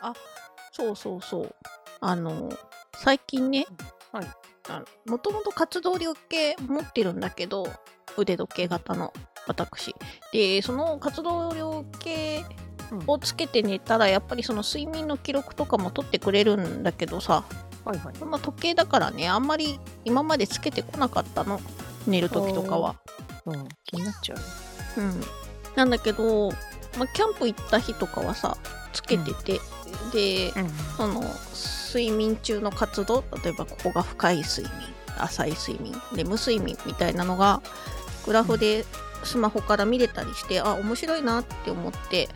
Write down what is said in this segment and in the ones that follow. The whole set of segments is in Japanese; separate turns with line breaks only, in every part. あそうそうそうあの最近ね
はい
もともと活動量計持ってるんだけど腕時計型の私でその活動量計をつけて寝たらやっぱりその睡眠の記録とかも取ってくれるんだけどさ、
はいはい
まあ、時計だからねあんまり今までつけてこなかったの寝る時とかは。
うん気になっちゃう
うん、なんだけど、まあ、キャンプ行った日とかはさつけてて、で
うん
その睡眠中の活動例えばここが深い睡眠浅い睡眠レム睡眠みたいなのがグラフでスマホから見れたりして、あ面白いなって思って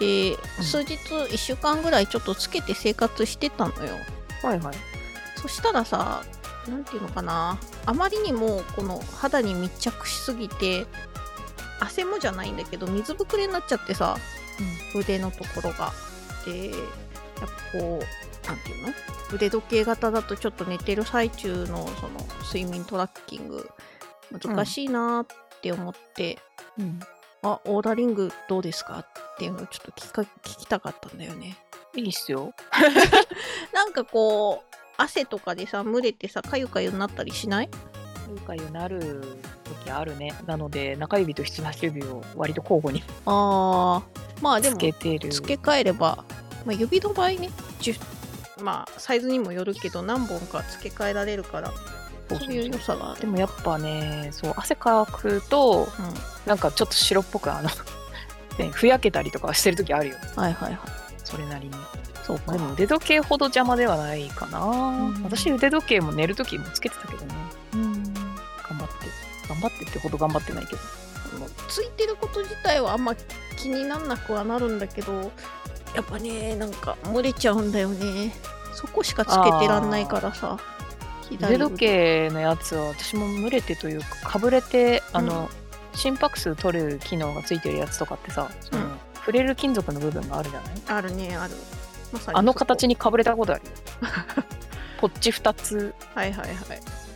で
うん
数日1週間ぐらいちょっとつけて生活してたのよ
はいはい
そしたらさなんていうのかなあまりにもこの肌に密着しすぎて汗もじゃないんだけど水ぶくれになっちゃってさ腕のところが。でやっぱこうなんていうの腕時計型だとちょっと寝てる最中のその睡眠トラッキング難しいなーって思って、
うん
あオーダーリングどうですかっていうのをちょっと聞か聞きたかったんだよね。
いいっすよ
なんかこう汗とかでさ蒸れてさかゆかゆになったりしない
仲かゆなる時あるねなので中指と人差し指を割と交互に
あーまあで
つ
も
けてる
付け替えれば、まあ、指の場合ね10まあサイズにもよるけど何本か付け替えられるから
そう
そ
そうう
い
そうう
良さがあ
で
る。
もやっぱねそう汗かくと
うん
なんかちょっと白っぽくあの ねふやけたりとかしてる時あるよ
はいはいはい。
それなりに
そう
ま
か
あで。も腕時計ほど邪魔ではないかな、
ん
私腕時計も寝る時もつけてたけどね頑張って頑張ってってほど頑張ってないけど
もうついてること自体はあんま気になんなくはなるんだけど、やっぱね、なんか漏れちゃうんだよね。そこしかつけてらんないからさ。左
腕
腕
時計のやつは私も蒸れてというかかぶれてあの、心拍数取る機能がついてるやつとかってさ、その
うん
触れる金属の部分があるじゃない
あるね、ある。まさに
あの
そこ
形にかぶれたことあるよ ポッチ2つ
はいはいはい。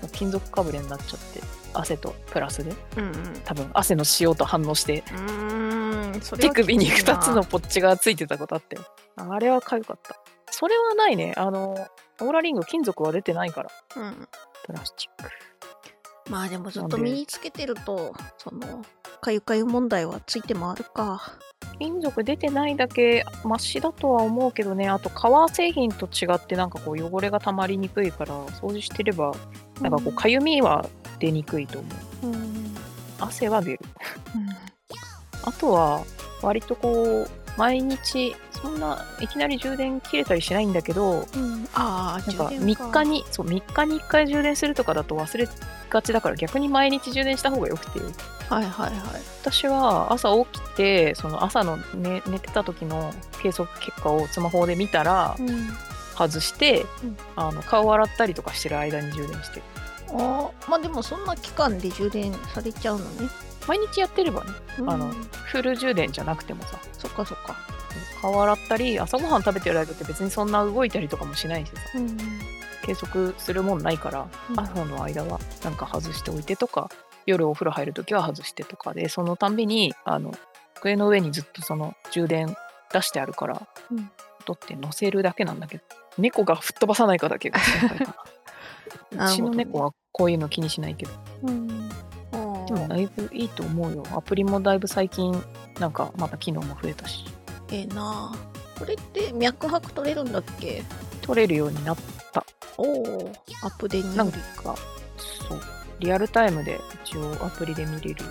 の金属かぶれになっちゃって汗とプラスで
うんうん。
多分汗の塩と反応して
うーんそれ
手
はきつい
首に
な
2つのポッチがついてたことあってあれはかゆかったそれはないねあのオーラリング金属は出てないから
うん、
プラスチック
まあでもずっと身につけてるとそのかゆかゆ問題はついて回るか
金属出てないだけマシだとは思うけどねあと革製品と違ってなんかこう汚れが溜まりにくいから掃除してればなんかこうかゆみは出にくいと思う、
うん、
汗は出るあとは割とこう毎日そんないきなり充電切れたりしないんだけど
うんああ
なんか3日にそう3日に1回充電するとかだと忘れがちだから逆に毎日充電した方がよくて
はいはいはい
私は朝起きてその朝の寝寝てた時の計測結果をスマホで見たら
うん、
外して、
うん
あの顔洗ったりとかしてる間に充電してる
あーまあでもそんな期間で充電されちゃうのね、
毎日やってればね
うん
あのフル充電じゃなくてもさ
そっかそっか、
顔洗ったり朝ごはん食べてる間って別にそんな動いたりとかもしないしさ
うん
計測するもんないから朝の間はなんか外しておいてとか夜お風呂入るときは外してとかでそのたんびにあの机の上にずっとその充電出してあるから、
うん
取って乗せるだけなんだけど猫が吹っ飛ばさないかだけが心配か な
な
う
る
ち
ほ
の
どね
猫はこういうの気にしないけど
うんあ
でも
ー
だいぶいいと思うよアプリもだいぶ最近なんかまた機能も増えたし
ええなこれって脈拍取れるんだっけ
取れるようになっ
おおアップデに
な
よ
ん
り
かそうリアルタイムで一応アプリで見れる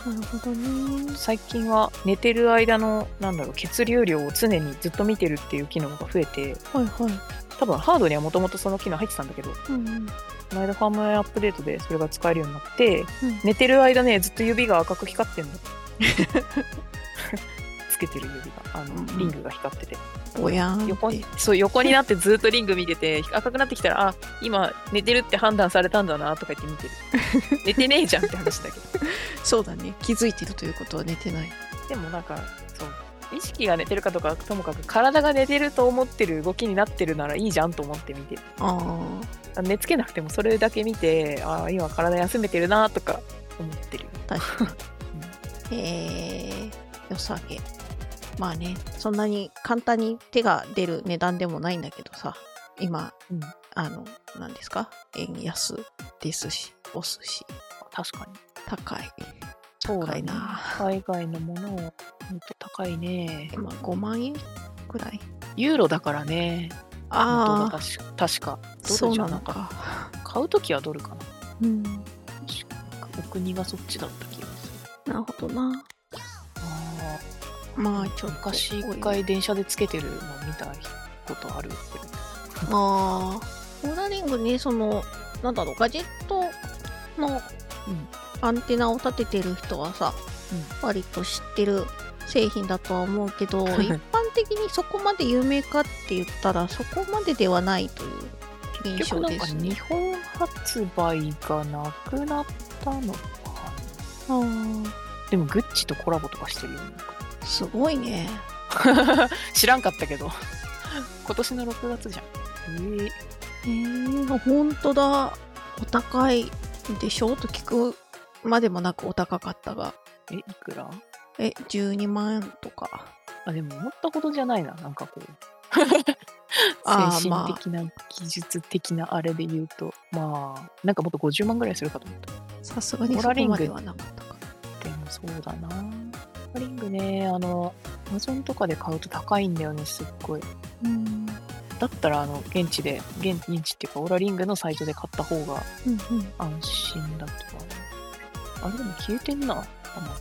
なるほどね
最近は寝てる間のなんだろう血流量を常にずっと見てるっていう機能が増えて
はいはい
多分ハードにはもともとその機能入ってたんだけど
うんうん
この間ファームウェアアップデートでそれが使えるようになって、
うん
寝てる間ねずっと指が赤く光ってんの つけてる指があ
うんう
の
ん
リングが光ってて、
ぼやんって
横にそう横になってずっとリング見てて赤くなってきたらあ今寝てるって判断されたんだなとか言って見て る寝てねえじゃんって話だけど
そうだね気づいてるということは寝てない
でもなんかそう意識が寝てるかとかともかく体が寝てると思ってる動きになってるならいいじゃんと思って見てる
あ
あ寝つけなくてもそれだけ見てああ今体休めてるなとか思ってるよ
あ確かにへえ良さげまあねそんなに簡単に手が出る値段でもないんだけどさ今、
うん
あの何ですか円安ですしお寿司
確かに
高い
そう
高
だ
い
ね
な、
海外のものをほんと高いね
まあ、5万円くらい
ユーロだからね元
あ
が
あ
確か確かド
そ
ル
う
じ
な
ゃ
の
なかっ
か、
た買う時はドルかな
うん、
確かお国がそっちだった気がする
なるほどな
あ
まあ
ー
ちょっと
昔
多い
一
ね
回電車でつけてるの見たことあるけど
ああ、ボーダリングね、その、なんだろう、ガジェットの
うん
アンテナを立ててる人はさ、
う
割と知ってる製品だとは思うけど、一般的にそこまで有名かって言ったら、そこまでではないという印
結局
象
なん
で
か
す
日
ね。
本発売がなくなったのかな
あー
でもグッチとコラボとかしてるよね
すごいね。
知らんかったけど今年の6月じゃんええ
えー、ほんとだ。お高いでしょと聞くまでもなくお高かったが、
えいくら
え、12万円とか。
あでも思ったほどじゃないななんかこう
あー
精神的な技術的なあれで言うとまあなんかもっと50万ぐらいするかと思った
さすがにそこまではなかったか。
でもそうだなリングねあの Amazon とかで買うと高いんだよねすっごい
うん
だったらあの現地で現現地っていうかオーラリングのサイトで買った方が
うんうん
安心だとかあれでも消えてんなアマゾンのや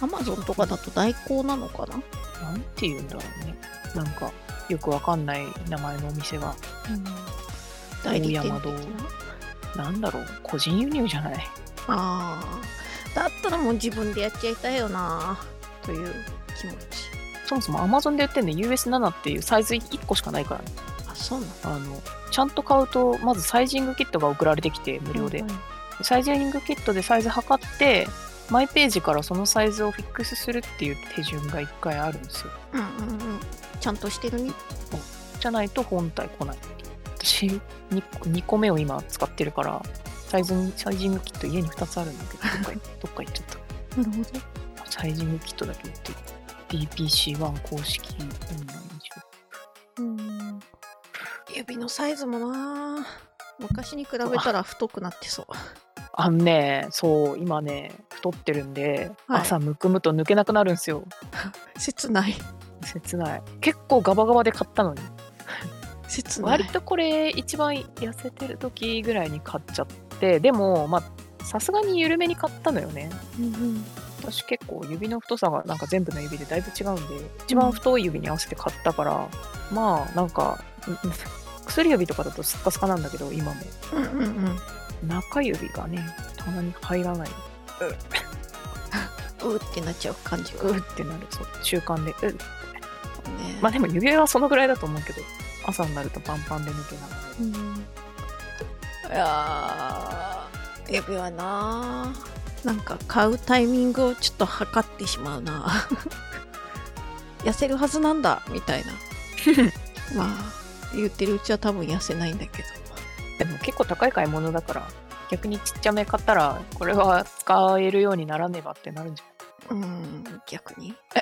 アマゾンとかだと代行なのかな、
つなんて言うんだろうねなんかよくわかんない名前のお店が
代理店
大山
的
堂
な
なんだろう個人輸入じゃない
あーだったらもう自分でやっちゃいたいよなという気持ち
そもそもアマゾンで売ってんの US7 っていうサイズ1個しかないからね
あそうなの
あのちゃんと買うとまずサイジングキットが送られてきて無料で、サイジングキットでサイズ測ってマイページからそのサイズをフィックスするっていう手順が1回あるんですよ
うんうんうんちゃんとしてるね
じゃないと本体来ない私 2, 個目を今使ってるからサイズにサイジングキット家に2つある んだけどどっか行どっか行っちゃっ
なるほど
たサイジングキットだけ売ってる DPC1 公式オンラインショッ
うん指のサイズもな昔に比べたら太くなってそう
プあのねそう今ね太ってるんで、
はい
朝むくむと抜けなくなるんですよ
切ない
切ない結構ガバガバで買ったのに
切ない
割とこれ一番痩せてる時ぐらいに買っちゃってでもまあさすがに緩めに買ったのよね
うんうん
私結構指の太さがなんか全部の指でだいぶ違うんで一番太い指に合わせて買ったから、まあなんかうんうん薬指とかだとスッカスカなんだけど今も
うんうんうん
中指がね棚に入らないう
ーってなっちゃう感じが
う
ね
ーってなるそう習慣でうーまあでも指輪はそのぐらいだと思うけど朝になるとパンパンで抜けながら
いやー指輪なーなんか買うタイミングをちょっと測ってしまうな 痩せるはずなんだみ たいなまあ言ってるうちは多分痩せないんだけど
でも結構高い買い物だから逆にちっちゃめ買ったらこれは使えるようにならねばってなるんじゃ
うーん逆に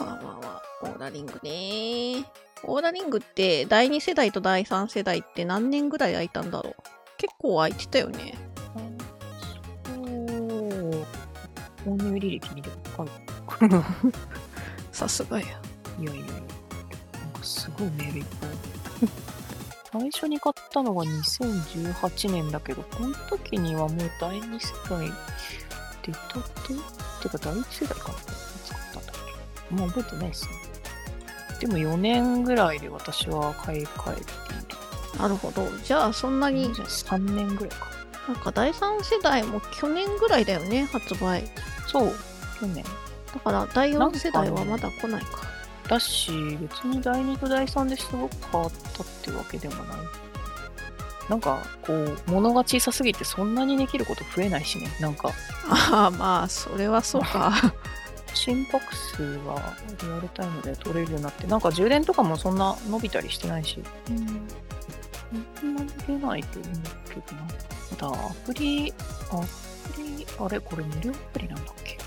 まあまあまあオーラリングねオーラリングって第2世代と第3世代って何年ぐらい空いたんだろう結構空いてたよね
ないそう購入履歴見ても分かる
さすがや
いやいやいやなんかすごいメールいっぱい最初に買ったのが2018年だけどこの時にはもう第2世代出たててか第1世代かな使ったんだっけもう覚えてないですねでも4年ぐらいで私は買い替えている
なるほど。じゃあそんなに、
3年ぐらいか
なんか第3世代も去年ぐらいだよね、発売。
そう去年
だから第4世代はまだ来ないか。
だし別に第2と第3ですごく変わったってわけでもないなんかこう物が小さすぎてそんなにできること増えないしねなんか
ああ、ま あ、それはそうか。
心拍数がリアルタイムで取れるようになってなんか充電とかもそんな伸びたりしてないしそんなに出ないと思うけどなまたアプリアプリあれこれ無料アプリなんだっけ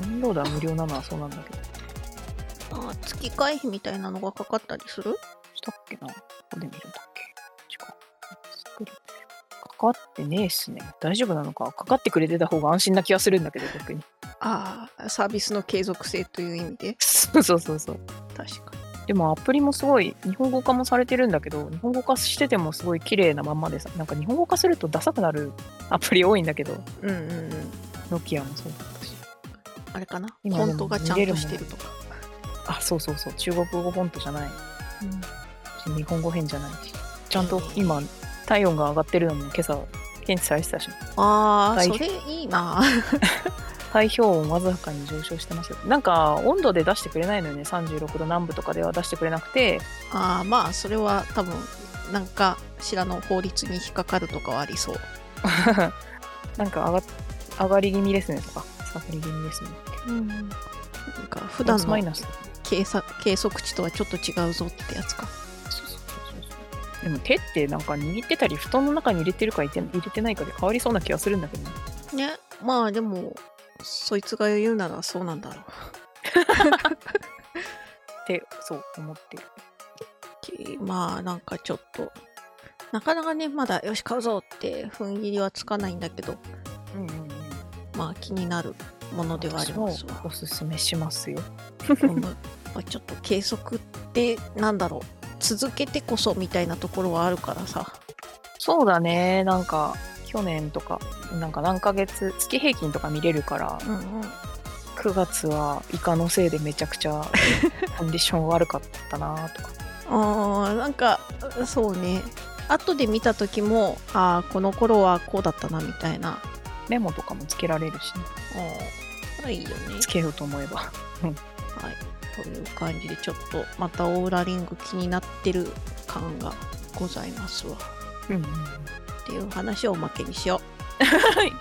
オンロードは無料なのはそうなんだけど
あ月会費みたいなのがかかったりする
したっけなここで見るんだっけ時間作りかかってねえっすね大丈夫なのかかかってくれてた方が安心な気がするんだけど逆に
ああサービスの継続性という意味で
そうそうそうそう
確かに
でもアプリもすごい日本語化もされてるんだけど日本語化しててもすごい綺麗なまんまでさなんか日本語化するとダサくなる アプリ多いんだけど
うんうんうん
ノキアもそうだったし
あれかなフ
今でも
ォントがちゃんとしてるとか
あそうそうそう中国語フォントじゃない日本語変じゃないしちゃんと今体温が上がってるのも今朝検知されてたし
ああ
はい
それいいな
体表温わずかに上昇してますよなんか温度で出してくれないのよね36度南部とかでは出してくれなくて
ああまあそれは多分なんかしらの法律に引っかかるとかはありそう
なんか上が上がり気味ですねとか下がり気味ですね
なんか普
プ
段
ラスマイ
の
ナス
計算計測値とはちょっと違うぞってやつか
そうそうそうそうでも手ってなんか握ってたり布団の中に入れてるか入れて入れてないかで変わりそうな気がするんだけどね
ねまあでもそいつが言うならそうなんだろう
ってそう思ってる
きまあなんかちょっとなかなかねまだよし買うぞって踏ん切りはつかないんだけど
うんうんうん
まあ気になるものではありますわ
おすすめしますよ
このまあちょっと計測ってなんだろう続けてこそみたいなところはあるからさ
そうだねなんか去年とかなんか何ヶ月月平均とか見れるから
うんうん
9月はイカのせいでめちゃくちゃコンディション悪かったなとか
あーなんかそうね後で見た時もああこの頃はこうだったなみたいな
メモとかもつけられるしね、
あいいよね
つけようと思えば
はいという感じでちょっとまたオーラリング気になってる感がございますわ
うん、うん、
っていう話をおまけにしよう
はい